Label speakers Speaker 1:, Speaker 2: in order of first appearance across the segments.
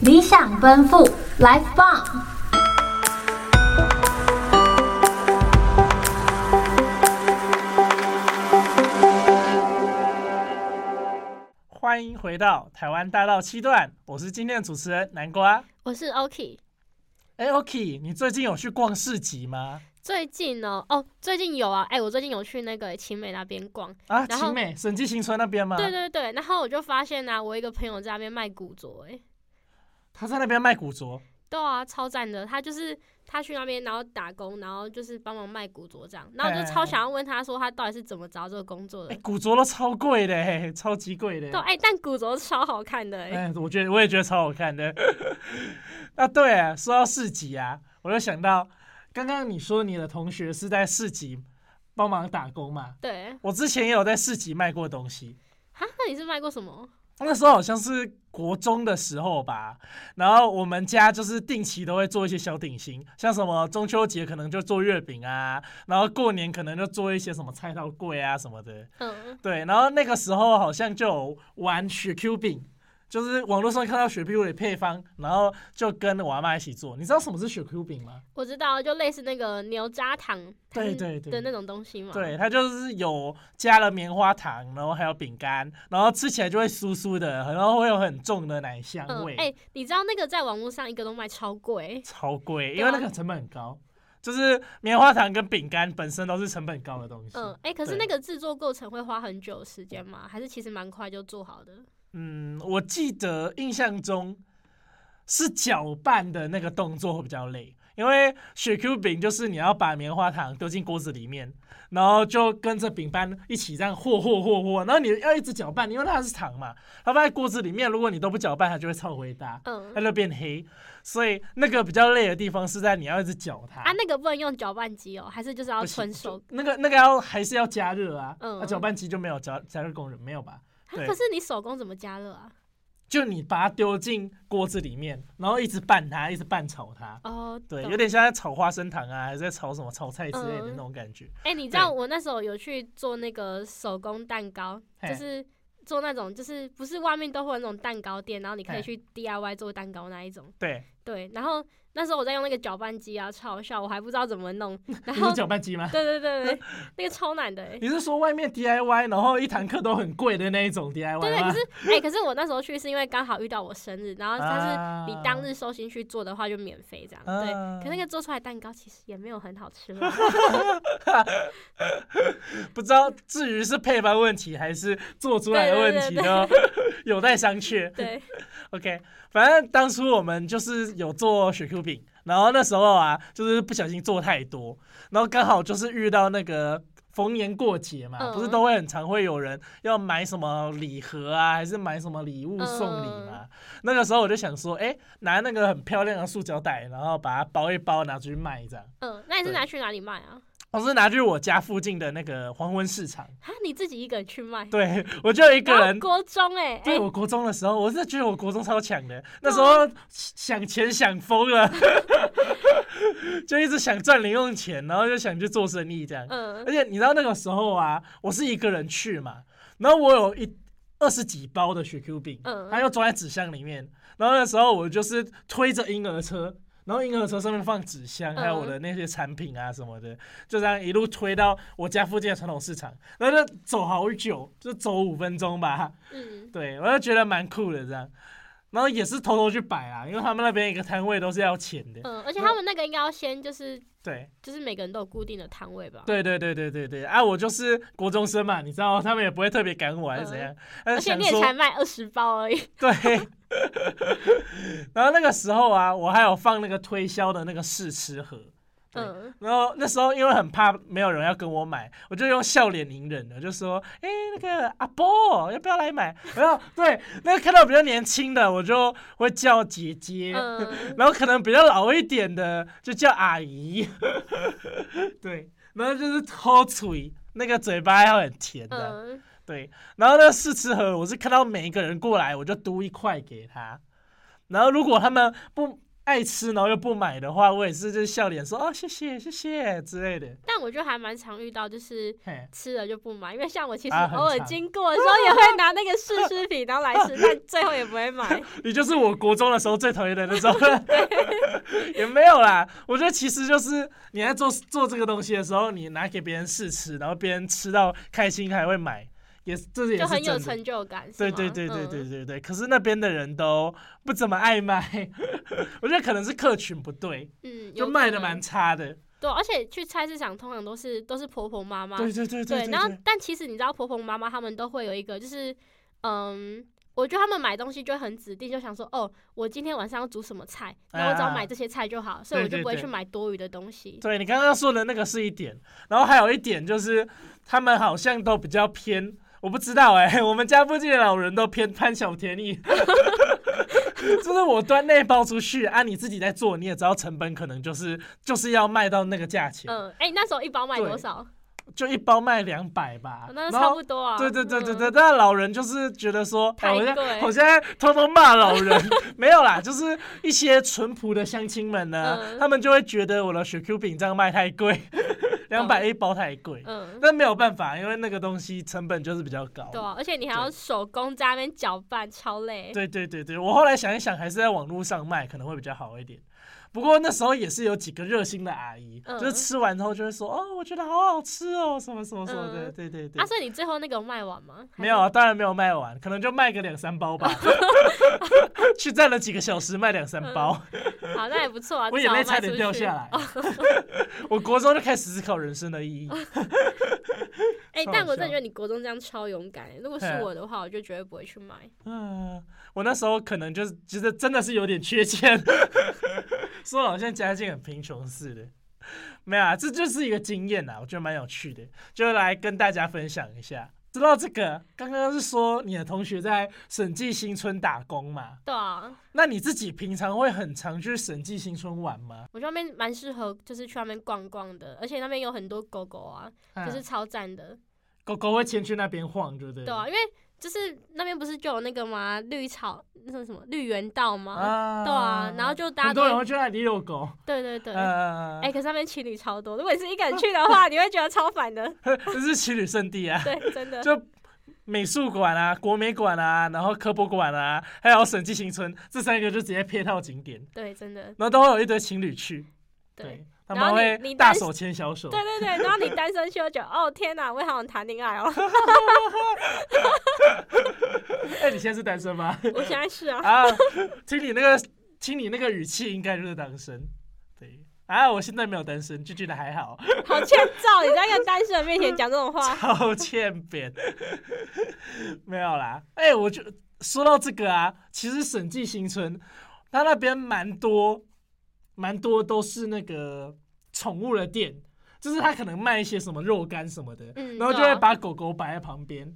Speaker 1: 理想奔赴，Life 棒。
Speaker 2: 欢迎回到台湾大道七段，我是今天的主持人南瓜。
Speaker 3: 我是 OK。
Speaker 2: 哎，Oki，你最近有去逛市集吗？
Speaker 3: 最近呢、哦，最近有啊，哎、我最近有去那个晴美那边逛，
Speaker 2: 啊，
Speaker 3: 然后
Speaker 2: 晴美审计新村那边吗？
Speaker 3: 对对对，然后我就发现啊，我一个朋友在那边卖古着、哎，
Speaker 2: 他在那边卖古着，
Speaker 3: 对啊，超赞的，他就是他去那边然后打工，然后就是帮忙卖古着这样，然后我就超想要问他说他到底是怎么找到这个工作
Speaker 2: 哎，
Speaker 3: 的，
Speaker 2: 古着都超贵的，嘿超级贵的
Speaker 3: 对，。哎、但古着超好看的、哎、
Speaker 2: 哎，我觉得我也觉得超好看的。 那对啊，说到市集啊，我就想到刚刚你说你的同学是在市集帮忙打工嘛？
Speaker 3: 对，
Speaker 2: 我之前也有在市集卖过东西，
Speaker 3: 哈，那你是卖过什么？
Speaker 2: 那时候好像是国中的时候吧，然后我们家就是定期都会做一些小点心，像什么中秋节可能就做月饼啊，然后过年可能就做一些什么菜刀柜啊什么的。
Speaker 3: 嗯，
Speaker 2: 对，然后那个时候好像就有玩雪 Q 饼，就是网络上看到雪 Q 的配方，然后就跟我阿妈一起做。你知道什么是雪 Q 饼吗？
Speaker 3: 我知道，就类似那个牛轧糖，
Speaker 2: 对对对
Speaker 3: 的那种东西嘛，
Speaker 2: 对，它就是有加了棉花糖，然后还有饼干，然后吃起来就会酥酥的，然后会有很重的奶香
Speaker 3: 嗯，
Speaker 2: 味。
Speaker 3: 哎、你知道那个在网络上一个都卖超贵，
Speaker 2: 超贵，
Speaker 3: 对
Speaker 2: 因为那
Speaker 3: 啊
Speaker 2: 个成本很高，就是棉花糖跟饼干本身都是成本高的东西。
Speaker 3: 嗯，哎、可是
Speaker 2: 对
Speaker 3: 那个制作过程会花很久的时间吗？还是其实蛮快就做好的？
Speaker 2: 嗯，我记得印象中是搅拌的那个动作会比较累。因为雪 Q 饼就是你要把棉花糖丢进锅子里面，然后就跟着饼干一起这样和和和和，然后你要一直搅拌，因为它是糖嘛，它放在锅子里面，如果你都不搅拌，它就会超回搭，
Speaker 3: 嗯，
Speaker 2: 它就变黑。所以那个比较累的地方是在你要一直搅它。
Speaker 3: 啊，那个不能用搅拌机哦，还是就是要
Speaker 2: 不行
Speaker 3: 纯手？
Speaker 2: 那个那个要还是要加热啊，
Speaker 3: 嗯
Speaker 2: 那搅拌机就没有加加热功能，没有吧？
Speaker 3: 啊
Speaker 2: 对
Speaker 3: 可是你手工怎么加热啊？
Speaker 2: 就你把它丢进锅子里面，然后一直拌它，一直拌炒它，
Speaker 3: 哦，
Speaker 2: 对，
Speaker 3: 懂
Speaker 2: 有。点像在炒花生糖啊，还是在炒什么炒菜之类的
Speaker 3: 嗯
Speaker 2: 那种感觉。
Speaker 3: 哎、你知道我那时候有去做那个手工蛋糕，
Speaker 2: 嘿
Speaker 3: 就是做那种，就是不是外面都会有那种蛋糕店，然后你可
Speaker 2: 嘿
Speaker 3: 以去 DIY 做蛋糕那一种。
Speaker 2: 对，
Speaker 3: 对，然后那时候我在用那个搅拌机啊，超好笑，我还不知道怎么 弄。然
Speaker 2: 你
Speaker 3: 后
Speaker 2: 是，搅拌机吗？
Speaker 3: 对对对对，那个超难的、哎。
Speaker 2: 你是说外面 DIY，然后一堂课都很贵的那一种 DIY 吗？
Speaker 3: 对对，可是哎、可是我那时候去是因为刚好遇到我生日，然后它是你当日收心去做的话就免费这样，对。
Speaker 2: 啊
Speaker 3: 可那个做出来蛋糕其实也没有很好吃 嘛，
Speaker 2: 不知道，至于是配方问题还是做出来的问题呢， 有待商榷。
Speaker 3: 对，
Speaker 2: OK，反正当初我们就是有做雪 Q 饼，然后那时候啊，就是不小心做太多，然后刚好就是遇到那个逢年过节嘛，
Speaker 3: 嗯
Speaker 2: 不是都会很常会有人要买什么礼盒啊，还是买什么礼物送礼嘛。那个时候我就想说，哎、拿那个很漂亮的塑胶袋，然后把它包一包，拿出去卖这样。
Speaker 3: 嗯，那你是
Speaker 2: 对
Speaker 3: 拿去哪里卖啊？
Speaker 2: 我是拿去我家附近的那个黄昏市场，
Speaker 3: 啊，你自己一个人去卖？
Speaker 2: 对我就一个
Speaker 3: 然
Speaker 2: 人
Speaker 3: 后国中哎、哎、 啊
Speaker 2: 对，我国中的时候，我真的觉得我国中超强的，那时候想钱想疯了， 就一直想赚零用钱，然后就想去做生意这样。
Speaker 3: 嗯
Speaker 2: 而且你知道那个时候啊，我是一个人去嘛，然后我有一二十几包的雪 Q 饼，
Speaker 3: 嗯
Speaker 2: 它又装在纸箱里面，然后那时候我就是推着婴儿车。然后婴儿车上面放纸箱，还有
Speaker 3: 嗯
Speaker 2: 我的那些产品啊什么的，就这样一路推到我家附近的传统市场，然后就走好久，就走五分钟吧。
Speaker 3: 嗯，
Speaker 2: 对，我就觉得蛮酷的这样。然后也是偷偷去摆啊，因为他们那边一个摊位都是要钱的。
Speaker 3: 嗯，而且他们那个应该要先就是
Speaker 2: 对，
Speaker 3: 就是每个人都有固定的摊位吧？，
Speaker 2: 对对对对对对啊！我就是国中生嘛，你知道，他们也不会特别赶我还是怎样。但
Speaker 3: 嗯而
Speaker 2: 是
Speaker 3: 且
Speaker 2: 想
Speaker 3: 你也
Speaker 2: 说
Speaker 3: 才卖二十包而已。
Speaker 2: 对。 然后那个时候啊，我还有放那个推销的那个试吃盒。对
Speaker 3: 嗯，
Speaker 2: 然后那时候因为很怕没有人要跟我买，我就用笑脸迎人我就说：“哎、那个阿波要不要来买？”然后对，那个看到比较年轻的，我就会叫姐姐。
Speaker 3: 嗯，
Speaker 2: 然后可能比较老一点的就叫阿姨， 对，然后就是偷嘴，那个嘴巴要很甜的，
Speaker 3: 嗯，
Speaker 2: 对。然后那试吃盒，我是看到每一个人过来，我就嘟一块给他，然后如果他们不爱吃然后又不买的话，我也是就是笑脸说哦谢谢谢谢之类的。
Speaker 3: 但我就还蛮常遇到，就是
Speaker 2: 嘿，
Speaker 3: 吃了就不买，因为像我其实
Speaker 2: 啊很
Speaker 3: 偶尔
Speaker 2: 常
Speaker 3: 经过的时候也会拿那个试 吃品然后来吃，但最后也不会买。
Speaker 2: 你就是我国中的时候最讨厌的那种， 也没有啦。我觉得其实就是你在做做这个东西的时候，你拿给别人试吃，然后别人吃到开心还会买，也是这也是
Speaker 3: 就很
Speaker 2: 真
Speaker 3: 有
Speaker 2: 的
Speaker 3: 成就感，是
Speaker 2: 对
Speaker 3: 吗
Speaker 2: 对对对对
Speaker 3: 嗯
Speaker 2: 对对，可是那边的人都不怎么爱卖， 我觉得可能是客群不对，
Speaker 3: 嗯，
Speaker 2: 就
Speaker 3: 有
Speaker 2: 卖的
Speaker 3: 可能
Speaker 2: 蛮差的。
Speaker 3: 对，而且去菜市场通常都是都是婆婆妈妈，
Speaker 2: 对对对对
Speaker 3: 对，然后
Speaker 2: 对，
Speaker 3: 但其实你知道婆婆妈妈他们都会有一个就是嗯。我觉得他们买东西就会很指定，就想说哦，我今天晚上要煮什么菜，那我只要买这些菜就好，所以我就
Speaker 2: 啊对
Speaker 3: 不会
Speaker 2: 对
Speaker 3: 去买多余的东西。
Speaker 2: 对你刚刚说的那个是一点，然后还有一点就是他们好像都比较偏。我不知道哎、 我们家附近的老人都偏贪小便宜， 就是我端内包出去啊，你自己在做，你也知道成本可能就是就是要卖到那个价钱，
Speaker 3: 嗯，哎、你那时候一包卖
Speaker 2: 对
Speaker 3: 多少？
Speaker 2: 就一包卖两百吧，
Speaker 3: 那
Speaker 2: 然
Speaker 3: 差
Speaker 2: 后
Speaker 3: 不多啊。
Speaker 2: 对对对对
Speaker 3: 嗯
Speaker 2: 对，，但老人就是觉得说，哎，
Speaker 3: 太
Speaker 2: 我现在
Speaker 3: 贵
Speaker 2: 我现在偷偷骂老人， 没有啦，就是一些淳朴的乡亲们呢，
Speaker 3: 嗯
Speaker 2: 他们就会觉得我的雪 Q 饼这样卖太贵，两百一包太贵，
Speaker 3: 嗯，
Speaker 2: 但没有办法，因为那个东西成本就是比较高。
Speaker 3: 对啊，而且你还要手工在那边搅拌，超累。
Speaker 2: 对对对对，我后来想一想，还是在网络上卖可能会比较好一点。不过那时候也是有几个热心的阿姨，
Speaker 3: 嗯
Speaker 2: 就是吃完之后就会说，哦，我觉得好好吃哦，什么什么什么的，
Speaker 3: 嗯
Speaker 2: 对对对。
Speaker 3: 啊，所以你最后那个有卖完吗？还
Speaker 2: 没
Speaker 3: 是
Speaker 2: 有啊，当然没有卖完，可能就卖个两三包 吧。去站了几个小时，卖两三包，
Speaker 3: 嗯好，那也不错啊。
Speaker 2: 我
Speaker 3: 至
Speaker 2: 眼
Speaker 3: 少
Speaker 2: 泪
Speaker 3: 要
Speaker 2: 差
Speaker 3: 卖
Speaker 2: 点
Speaker 3: 出
Speaker 2: 掉
Speaker 3: 去
Speaker 2: 下。来。 我国中就开始思考人生的意义。
Speaker 3: 哎、
Speaker 2: 超
Speaker 3: 但
Speaker 2: 好
Speaker 3: 我真的
Speaker 2: 笑
Speaker 3: 觉得你国中这样超勇敢、欸如果是
Speaker 2: 嘿
Speaker 3: 我的话，我就绝对不会去买。
Speaker 2: 嗯，我那时候可能就是其实真的是有点缺钱， 说得好像家境很贫穷似的。没有啊，这就是一个经验啊，我觉得蛮有趣的，就来跟大家分享一下。知道这个，刚刚是说你的同学在审计新村打工嘛？
Speaker 3: 对啊，
Speaker 2: 那你自己平常会很常去审计新村玩吗？
Speaker 3: 我觉得那边蛮适合，就是去那边逛逛的，而且那边有很多狗狗啊，就是
Speaker 2: 嗯
Speaker 3: 超赞的。
Speaker 2: 狗狗会先去那边晃，对不对？
Speaker 3: 对啊，因为就是那边不是就有那个吗？绿草那是什么绿园道吗？
Speaker 2: 啊
Speaker 3: 对啊，然后就大
Speaker 2: 很
Speaker 3: 家都
Speaker 2: 多人会去那里遛狗。
Speaker 3: 对对对。
Speaker 2: 呃
Speaker 3: 哎、，可是那边情侣超多，如果你是一个人去的话，你会觉得超烦的。
Speaker 2: 这是情侣圣 地啊，
Speaker 3: 对，真的。
Speaker 2: 就美术馆啊、国美馆啊，然后科博馆啊，还有审计新村，这三个就直接配套景点，
Speaker 3: 对，真的。
Speaker 2: 然后都会有一堆情侣去，
Speaker 3: 对，，
Speaker 2: 他
Speaker 3: 然
Speaker 2: 们
Speaker 3: 后你
Speaker 2: 会
Speaker 3: 你
Speaker 2: 大
Speaker 3: 单
Speaker 2: 手牵小手。
Speaker 3: 对对对。然后你单身去就觉得，哦天哪，我也好想谈恋 爱哦。
Speaker 2: 哎，你现在是单身 吗？
Speaker 3: 我现在是啊。
Speaker 2: 啊，听你那个，听你那个语气，应该就是单身。对啊，我现在没有单身，就觉得还好。
Speaker 3: 好欠揍！你在一个单身人面前讲这种话，
Speaker 2: 超欠扁， 没有啦。哎、我就说到这个啊，其实审计新村，它那边蛮多，蛮多都是那个宠物的店，就是它可能卖一些什么肉干什么的，
Speaker 3: 嗯
Speaker 2: 然后就
Speaker 3: 对啊
Speaker 2: 会把狗狗摆在旁边，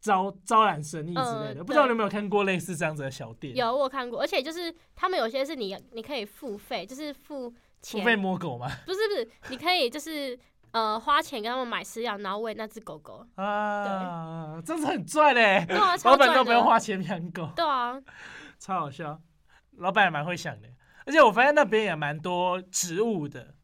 Speaker 2: 招招揽生意之类的。
Speaker 3: 嗯
Speaker 2: 不知道
Speaker 3: 对
Speaker 2: 你有没有看过类似这样子的小店？
Speaker 3: 有我看过，而且就是他们有些是你你可以付费，就是付
Speaker 2: 付
Speaker 3: 钱，
Speaker 2: 费摸狗吗？
Speaker 3: 不是不是，你可以就是呃花钱给他们买饲料，然后喂那只 狗狗，
Speaker 2: 啊，这样子很赚嘞、
Speaker 3: 对啊，超
Speaker 2: 老板
Speaker 3: 赚
Speaker 2: 都
Speaker 3: 的，
Speaker 2: 不用花钱养狗。
Speaker 3: 对啊，
Speaker 2: 超好笑，老板也蛮会想的。而且我发现那边也蛮多植物的，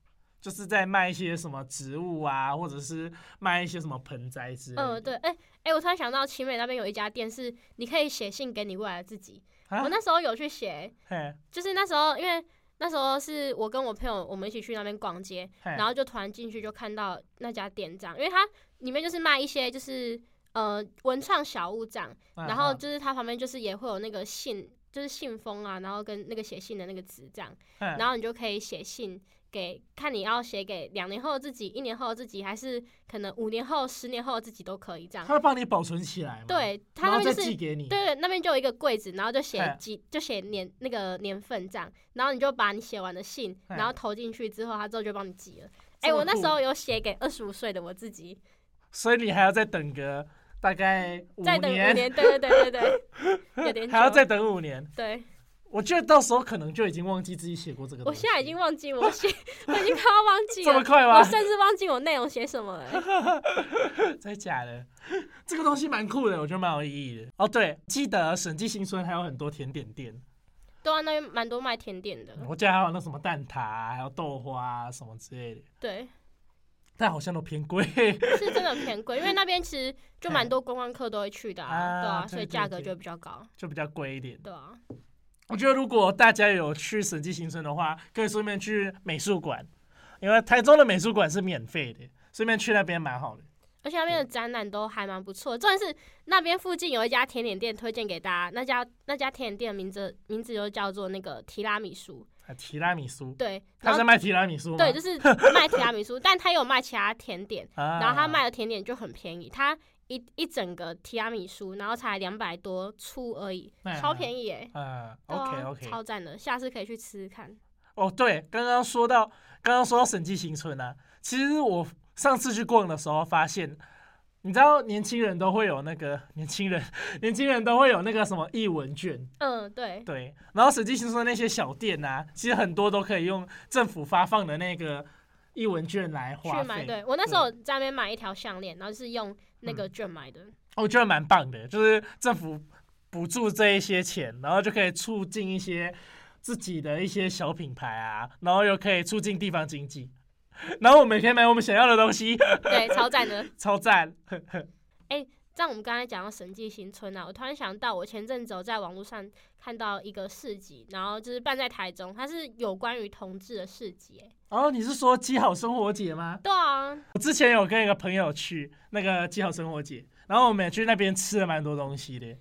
Speaker 2: 就是在卖一些什么植物啊，或者是卖一些什么盆栽之类的。
Speaker 3: 嗯、对，哎、哎、我突然想到奇美那边有一家店是你可以写信给你未来的自己，
Speaker 2: 啊
Speaker 3: 我那时候有去写，
Speaker 2: 嘿，
Speaker 3: 就是那时候因为。那时候是我跟我朋友，我们一起去那边逛街，
Speaker 2: 嘿
Speaker 3: 然后就突然进去就看到那家店这样，因为它里面就是卖一些就是呃文创小物这样，
Speaker 2: 嗯
Speaker 3: 然后
Speaker 2: 嗯
Speaker 3: 就是它旁边就是也会有那个信，就是信封啊，然后跟那个写信的那个纸这样，
Speaker 2: 嗯
Speaker 3: 然后你就可以写信给看你要写给两年后的自己、一年后的自己，还是可能五年后、十年后的自己都可以这样
Speaker 2: 他。会帮你保存起来嘛？，
Speaker 3: 对，它
Speaker 2: 然
Speaker 3: 那
Speaker 2: 后
Speaker 3: 边
Speaker 2: 再
Speaker 3: 就是
Speaker 2: 寄给你。
Speaker 3: 对对，那边就有一个柜子，然后就
Speaker 2: 哎
Speaker 3: 写几，就写年那个年份这样，然后你就把你写完的信，
Speaker 2: 哎
Speaker 3: 然后投进去之后，他之后就帮你寄了。
Speaker 2: 这
Speaker 3: 哎、
Speaker 2: 么
Speaker 3: 我那
Speaker 2: 酷
Speaker 3: 时候有写给二十五岁的我自己，
Speaker 2: 所以你还要再等个大概五
Speaker 3: 再等五年，对对 对对对，有点久
Speaker 2: 还要再等五年。
Speaker 3: 对，
Speaker 2: 我觉得到时候可能就已经忘记自己写过这个
Speaker 3: 我
Speaker 2: 东西。
Speaker 3: 现在已经忘 记我写，我已经快要忘记
Speaker 2: 这么
Speaker 3: 了，
Speaker 2: 快
Speaker 3: 我
Speaker 2: 吗？
Speaker 3: 甚至忘记我内容写什么了、 哎
Speaker 2: 真的假的？这个东西蛮酷的，我觉得蛮有意义的。哦，对，记得审计新村还有很多甜点店，
Speaker 3: 对啊，那边蛮多卖甜点的。
Speaker 2: 我记得还有那什么蛋挞啊，还有豆花啊什么之类的，
Speaker 3: 对，
Speaker 2: 但好像都偏贵
Speaker 3: 是真的偏贵，因为那边其实就蛮多观光客都会去的
Speaker 2: 啊
Speaker 3: 啊，对啊，
Speaker 2: 对
Speaker 3: 所以
Speaker 2: 对
Speaker 3: 价格
Speaker 2: 对
Speaker 3: 就会比较高，
Speaker 2: 就比较贵一点。
Speaker 3: 对啊，
Speaker 2: 我觉得如果大家有去审计行程的话，可以顺便去美术馆，因为台中的美术馆是免费的，顺便去那边蛮好的。
Speaker 3: 而且那边
Speaker 2: 嗯
Speaker 3: 的展览都还蛮不错。重点是那边附近有一家甜点店推荐给大家，那家那家甜点店的名字名字就叫做那个提拉米苏，
Speaker 2: 啊提拉米苏，
Speaker 3: 对，然
Speaker 2: 他在
Speaker 3: 后
Speaker 2: 卖啊提拉米苏吗？
Speaker 3: 对，就是卖提拉米苏，但他有卖其他甜点，
Speaker 2: 啊
Speaker 3: 然后他卖的甜点就很便宜，他一一整个提拉米苏，然后才两百多出而已
Speaker 2: 那也，
Speaker 3: 超
Speaker 2: 还
Speaker 3: 便宜耶、
Speaker 2: 啊
Speaker 3: 对啊
Speaker 2: ，OK OK，
Speaker 3: 超赞的，下次可以去吃吃看。
Speaker 2: 哦，对，刚刚说到，刚刚说到审计新村啊，其实我上次去逛的时候发现，你知道年轻人都会有那个年轻人，年轻人都会有那个什么译文券，
Speaker 3: 嗯，对，
Speaker 2: 对，然后审计新村那些小店啊，其实很多都可以用政府发放的那个译文券来花
Speaker 3: 去买。
Speaker 2: 费，
Speaker 3: 对我那时候在那边买一条项链，然后是用那
Speaker 2: 嗯
Speaker 3: 个券买的。
Speaker 2: 我觉得蛮棒的，就是政府补助这一些钱，然后就可以促进一些自己的一些小品牌啊，然后又可以促进地方经济，然后我们也可以买我们想要的东西，
Speaker 3: 对，超赞的。
Speaker 2: 超赞。
Speaker 3: 像我们刚才讲到神迹新村啊，我突然想到，我前阵子有在网络上看到一个市集，然后就是办在台中，它是有关于同志的市集耶。
Speaker 2: 哦，你是说基好生活节吗？
Speaker 3: 对啊，
Speaker 2: 我之前有跟一个朋友去那个基好生活节，然后我们也去那边吃了蛮多东西的。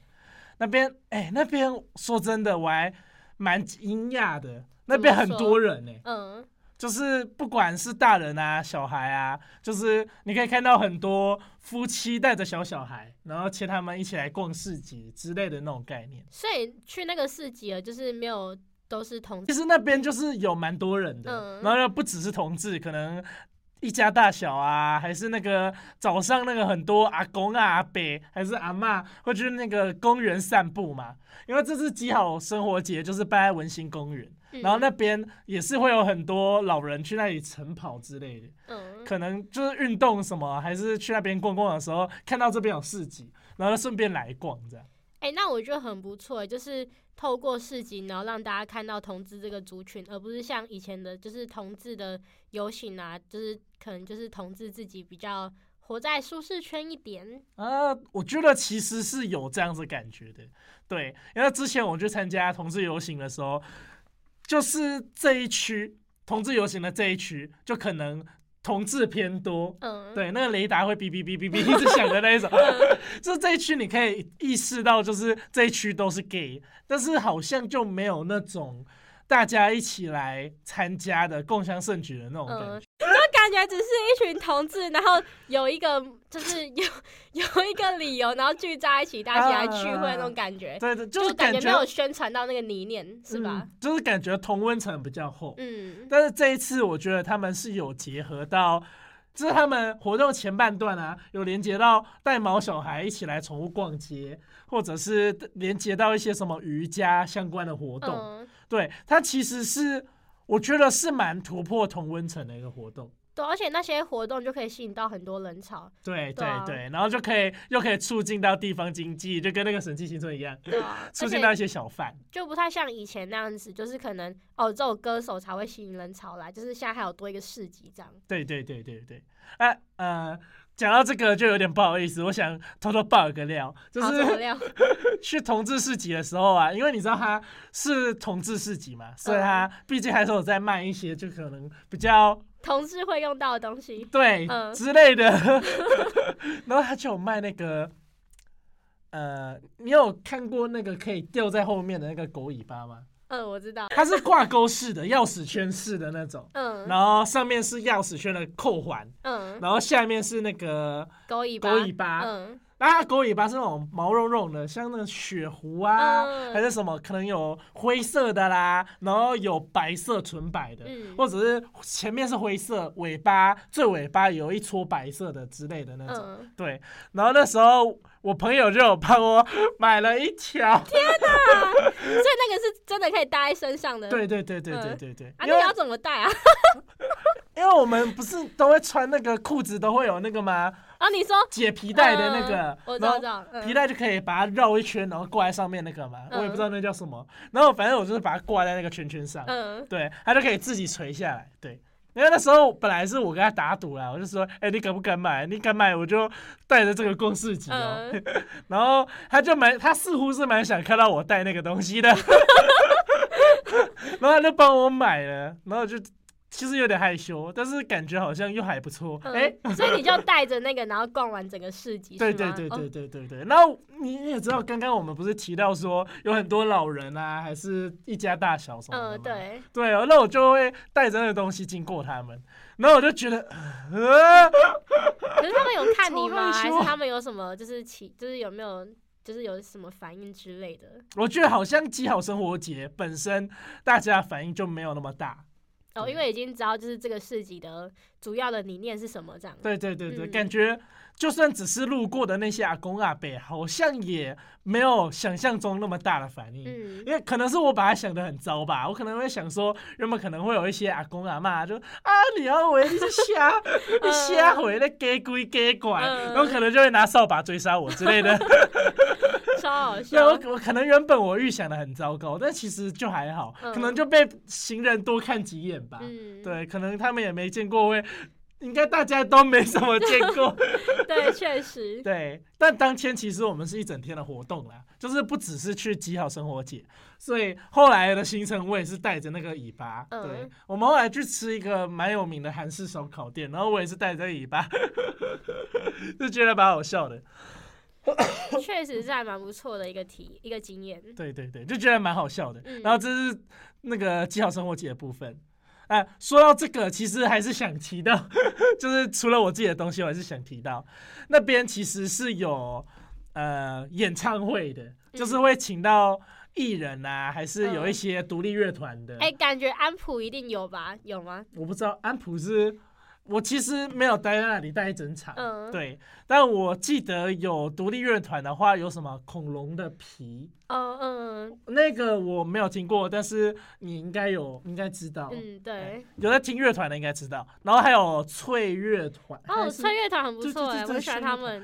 Speaker 2: 那边，哎、那边说真的，我还蛮惊讶的，那边很多人呢、
Speaker 3: 嗯，
Speaker 2: 就是不管是大人啊、小孩啊，就是你可以看到很多夫妻带着小小孩，然后牵他们一起来逛市集之类的那种概念。
Speaker 3: 所以去那个市集了，就是没有都是同
Speaker 2: 其
Speaker 3: 志。
Speaker 2: 实那边就是有蛮多人的，
Speaker 3: 嗯
Speaker 2: 然后又不只是同志，可能一家大小啊，还是那个早上那个很多阿公啊、阿伯还是阿嬷会去那个公园散步嘛。因为这次极好生活节就是办在文心公园，
Speaker 3: 嗯
Speaker 2: 然后那边也是会有很多老人去那里晨跑之类的。
Speaker 3: 嗯，
Speaker 2: 可能就是运动什么，还是去那边逛逛的时候，看到这边有市集，然后就顺便来逛这样。
Speaker 3: 哎、那我觉得很不错耶，就是透过市集，然后让大家看到同志这个族群，而不是像以前的，就是同志的游行啊，就是可能就是同志自己比较活在舒适圈一点。
Speaker 2: 啊，我觉得其实是有这样子感觉的，对，因为之前我去参加同志游行的时候，就是这一区同志游行的这一区，就可能同志偏多，
Speaker 3: 嗯，
Speaker 2: 对，那个雷达会哔哔哔哔哔一直响的那一种， 就是这一区你可以意识到，就是这一区都是 gay，但是好像就没有那种大家一起来参加的共襄盛举的那种感觉。
Speaker 3: 嗯，就感觉只是一群同志，然后有一个就是有 有一个理由，然后聚在一起，大家一起来聚会那种感觉，
Speaker 2: 啊对对，就
Speaker 3: 就是感
Speaker 2: 觉
Speaker 3: 没有宣传到那个理念，是吧？
Speaker 2: 嗯就是感觉同温层比较厚，
Speaker 3: 嗯，
Speaker 2: 但是这一次我觉得他们是有结合到。就是他们活动前半段啊，有连接到带毛小孩一起来宠物逛街，或者是连接到一些什么瑜伽相关的活动，
Speaker 3: 嗯，
Speaker 2: 对，它其实是我觉得是蛮突破同温层的一个活动。
Speaker 3: 对，而且那些活动就可以吸引到很多人潮，
Speaker 2: 对
Speaker 3: 对
Speaker 2: 对
Speaker 3: 啊
Speaker 2: 对，然后就可以又可以促进到地方经济，就跟那个审计新村一样，
Speaker 3: 对 啊，
Speaker 2: 促
Speaker 3: 而
Speaker 2: 进到
Speaker 3: 且
Speaker 2: 一些小贩。
Speaker 3: 就不太像以前那样子，就是可能哦，只有歌手才会吸引人潮来，就是现在还有多一个市集这样。
Speaker 2: 对对对对对，啊呃，讲到这个就有点不好意思，我想偷偷爆一个料，就
Speaker 3: 好怎么
Speaker 2: 是
Speaker 3: 料？
Speaker 2: 去同志市集的时候啊，因为你知道它是同志市集嘛，所以
Speaker 3: 嗯
Speaker 2: 它毕竟还是有在卖一些就可能比较
Speaker 3: 同志会用到的东西，
Speaker 2: 对、
Speaker 3: 嗯
Speaker 2: 之类的。 然后他就有卖那个，呃，你有看过那个可以吊在后面的那个狗尾巴吗？
Speaker 3: 嗯，我知道，
Speaker 2: 它是挂钩式的，钥匙圈式的那种，
Speaker 3: 嗯
Speaker 2: 然后上面是钥匙圈的扣环，
Speaker 3: 嗯，
Speaker 2: 然后下面是那个
Speaker 3: 狗尾巴，
Speaker 2: 狗尾巴。
Speaker 3: 嗯
Speaker 2: 然后它狗尾巴是那种毛茸茸的，像那个雪狐啊，
Speaker 3: 嗯
Speaker 2: 还是什么，可能有灰色的啦，然后有白色纯白的，
Speaker 3: 嗯
Speaker 2: 或者是前面是灰色，尾巴最尾巴有一撮白色的之类的那种。
Speaker 3: 嗯。
Speaker 2: 对，然后那时候我朋友就有帮我买了一条。
Speaker 3: 所以那个是真的可以搭在身上的。
Speaker 2: 对对对对对对对，
Speaker 3: 啊，
Speaker 2: 因
Speaker 3: 那
Speaker 2: 为
Speaker 3: 你要怎么戴啊？
Speaker 2: 因为我们不是都会穿那个裤子都会有那个吗？
Speaker 3: 啊，你说
Speaker 2: 解皮带的那个
Speaker 3: 嗯，我知
Speaker 2: 然
Speaker 3: 道，
Speaker 2: 后
Speaker 3: 我知道，嗯
Speaker 2: 皮带就可以把它绕一圈，然后挂在上面那个嘛，
Speaker 3: 嗯
Speaker 2: 我也不知道那叫什么。然后反正我就是把它挂在那个圈圈上，
Speaker 3: 嗯，
Speaker 2: 对，它就可以自己垂下来。对，因为那时候本来是我跟他打赌啦，我就说，哎、你敢不敢买？你敢买我就带着这个逛市集哦、
Speaker 3: 嗯，
Speaker 2: 然后他就蛮，他似乎是蛮想看到我带那个东西的， 然后他就帮我买了，然后就其实有点害羞，但是感觉好像又还不错。哎、
Speaker 3: 嗯，所以你就带着那个，然后逛完整个市集，
Speaker 2: 对
Speaker 3: 是
Speaker 2: 对
Speaker 3: 吗
Speaker 2: 对
Speaker 3: 哦
Speaker 2: 对对对对。然后你也知道，刚刚我们不是提到说有很多老人啊，还是一家大小什么的吗
Speaker 3: 嗯，对，
Speaker 2: 对哦，那我就会带着那个东西经过他们，然后我就觉得，呃，
Speaker 3: 可是他们有看你
Speaker 2: 超害
Speaker 3: 吗？还
Speaker 2: 羞
Speaker 3: 是他们有什么就是起，就是有没有就是有什么反应之类的？
Speaker 2: 我觉得好像基好生活节本身大家反应就没有那么大。
Speaker 3: 哦，
Speaker 2: 对
Speaker 3: 因为已经知道就是这个市集的主要的理念是什么这样。
Speaker 2: 对对对对，
Speaker 3: 嗯
Speaker 2: 感觉就算只是路过的那些阿公阿伯，好像也没有想象中那么大的反应。
Speaker 3: 嗯，
Speaker 2: 因为可能是我把它想的很糟吧，我可能会想说，原本可能会有一些阿公阿妈就啊，你要回你是 瞎，你瞎回那给鬼给拐，
Speaker 3: 嗯
Speaker 2: 然后可能就会拿扫把追杀我之类 的。
Speaker 3: 超好
Speaker 2: 对，
Speaker 3: 笑。
Speaker 2: 我我可能原本我预想的很糟糕，但其实就还好，
Speaker 3: 嗯
Speaker 2: 可能就被行人多看几眼吧。
Speaker 3: 嗯，
Speaker 2: 对，可能他们也没见过会。应该大家都没什么见过，
Speaker 3: 对，确 实，
Speaker 2: 对。但当天其实我们是一整天的活动啦，就是不只是去极好生活节，所以后来的行程我也是带着那个尾巴。
Speaker 3: 嗯
Speaker 2: 对，我们后来去吃一个蛮有名的韩式烧烤店，然后我也是带着尾巴， 就觉得蛮好笑的。
Speaker 3: 确实是还蛮不错的一个体一个经验。
Speaker 2: 对对对，就觉得蛮好笑的。
Speaker 3: 嗯
Speaker 2: 然后这是那个极好生活节的部分。哎、说到这个，其实还是想提到， 就是除了我自己的东西，我还是想提到那边其实是有呃演唱会的，
Speaker 3: 嗯
Speaker 2: 就是会请到艺人啊，还是有一些独立乐团的。
Speaker 3: 哎、感觉安普一定有吧？有吗？
Speaker 2: 我不知道安普是，我其实没有待在那里待一整场。
Speaker 3: 嗯，
Speaker 2: 对，但我记得有独立乐团的话，有什么恐龙的皮，
Speaker 3: 哦，嗯
Speaker 2: 那个我没有听过，但是你应该有，应该知道。
Speaker 3: 嗯，对。
Speaker 2: 有在听乐团的应该知道，然后还有翠乐团，还
Speaker 3: 哦，
Speaker 2: 是
Speaker 3: 吹乐团很不错
Speaker 2: 对对
Speaker 3: 哎、
Speaker 2: 对对
Speaker 3: 我喜欢他们，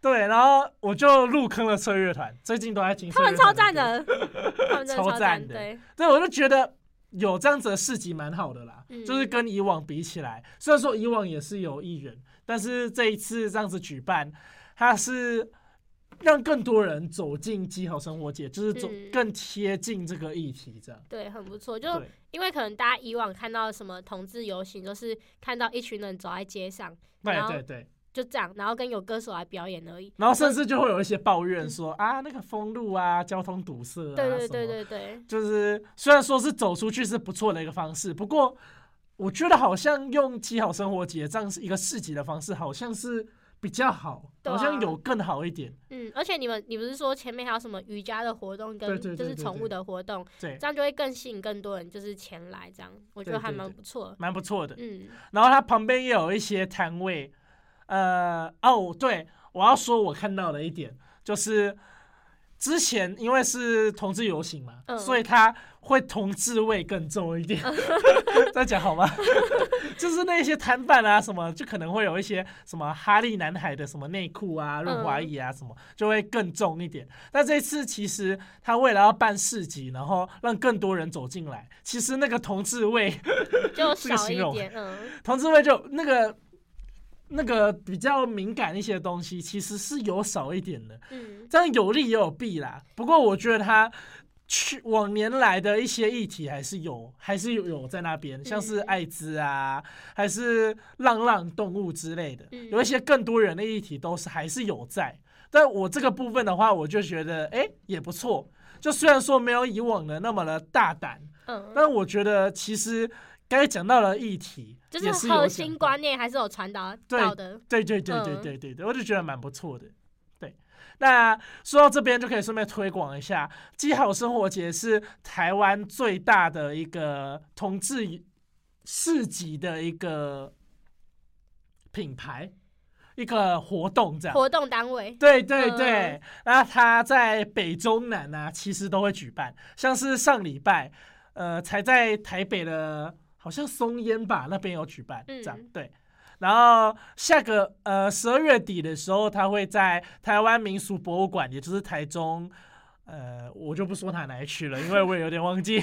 Speaker 2: 对，然后我就入坑了翠乐团，最近都在听。
Speaker 3: 他们超赞，的， 他们真的
Speaker 2: 超
Speaker 3: 超
Speaker 2: 赞
Speaker 3: 赞，
Speaker 2: 的
Speaker 3: 对，
Speaker 2: 对，我就觉得有这样子的市集蛮好的啦，
Speaker 3: 嗯
Speaker 2: 就是跟以往比起来，虽然说以往也是有艺人，但是这一次这样子举办，它是让更多人走进极好生活节，就是走
Speaker 3: 嗯
Speaker 2: 更贴近这个议题，这样。
Speaker 3: 对，很不错。就
Speaker 2: 对，
Speaker 3: 因为可能大家以往看到什么同志游行，就是看到一群人走在街上，然
Speaker 2: 对
Speaker 3: 后
Speaker 2: 对对。
Speaker 3: 就这样，然后跟有歌手来表演而已。
Speaker 2: 然后甚至就会有一些抱怨说啊，那个封路啊，交通堵塞啊，
Speaker 3: 嗯对对
Speaker 2: 什么
Speaker 3: 对对对，
Speaker 2: 就是虽然说是走出去是不错的一个方式，不过我觉得好像用极好生活节这样是一个市集的方式，好像是比较好，
Speaker 3: 对啊
Speaker 2: 好像有更好一点。
Speaker 3: 嗯，而且你们你不是说前面还有什么瑜伽的活动
Speaker 2: 对
Speaker 3: 跟
Speaker 2: 对对
Speaker 3: 就是
Speaker 2: 对
Speaker 3: 宠
Speaker 2: 对
Speaker 3: 物的活动，
Speaker 2: 对
Speaker 3: 这，样就会更吸引更多人就是前来，这样我觉得
Speaker 2: 对
Speaker 3: 还
Speaker 2: 对
Speaker 3: 蛮
Speaker 2: 对
Speaker 3: 不错的。
Speaker 2: 蛮不错的。
Speaker 3: 嗯，
Speaker 2: 然后它旁边也有一些摊位，呃，哦，对，我要说我看到了一点，就是之前因为是同志游行嘛，
Speaker 3: 嗯
Speaker 2: 所以它会同志味更重一点，这样讲好吗？ 就是那些摊贩啊什么，就可能会有一些什么哈利男孩的什么内裤啊、润滑液啊什么，就会更重一点。但这次其实他为了要办市集，然后让更多人走进来，其实那个同志味
Speaker 3: 就
Speaker 2: 这个
Speaker 3: 少
Speaker 2: 形
Speaker 3: 一
Speaker 2: 容
Speaker 3: 点，嗯，
Speaker 2: 同志味就那个那个比较敏感一些东西，其实是有少一点的，
Speaker 3: 嗯，
Speaker 2: 这样有利也有弊啦。不过我觉得它去往年来的一些议题还是有，还是有有在那边，像是艾滋啊，还是浪浪动物之类的，
Speaker 3: 嗯
Speaker 2: 有一些更多人的议题都是还是有在。但我这个部分的话，我就觉得哎、诶也不错，就虽然说没有以往的那么的大胆，
Speaker 3: 嗯，
Speaker 2: 但我觉得其实该讲到的议题
Speaker 3: 就
Speaker 2: 也
Speaker 3: 是
Speaker 2: 有
Speaker 3: 核
Speaker 2: 讲
Speaker 3: 心
Speaker 2: 到
Speaker 3: 观念还是有传达
Speaker 2: 对
Speaker 3: 到的。
Speaker 2: 对对对对
Speaker 3: 嗯
Speaker 2: 对对对，我就觉得蛮不错的。对，那说到这边就可以顺便推广一下，基好生活节是台湾最大的一个同志市集的一个品牌，一个活动这样。
Speaker 3: 活动单位，
Speaker 2: 对对
Speaker 3: 嗯
Speaker 2: 对，那它在北中南啊，其实都会举办，像是上礼拜，呃，才在台北的，好像松烟吧那边有举办，这样
Speaker 3: 嗯
Speaker 2: 对。然后下个呃十二月底的时候，它会在台湾民俗博物馆，也就是台中，呃，我就不说它哪里去了，因为我也有点忘记，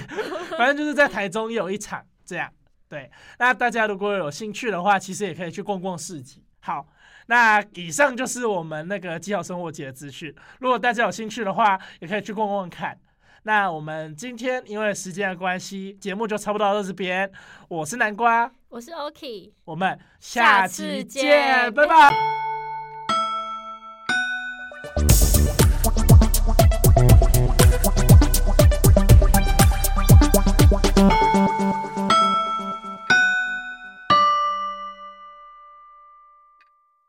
Speaker 2: 反正就是在台中有一场这样。对，那大家如果有兴趣的话，其实也可以去逛逛市集。好，那以上就是我们那个基好生活节的资讯。如果大家有兴趣的话，也可以去逛逛看。那我们今天因为时间的关系，节目就差不多到这边。我是南瓜，
Speaker 3: 我是 OK。
Speaker 2: 我们
Speaker 3: 下
Speaker 2: 下
Speaker 3: 次
Speaker 2: 期
Speaker 3: 见
Speaker 2: 见，拜拜。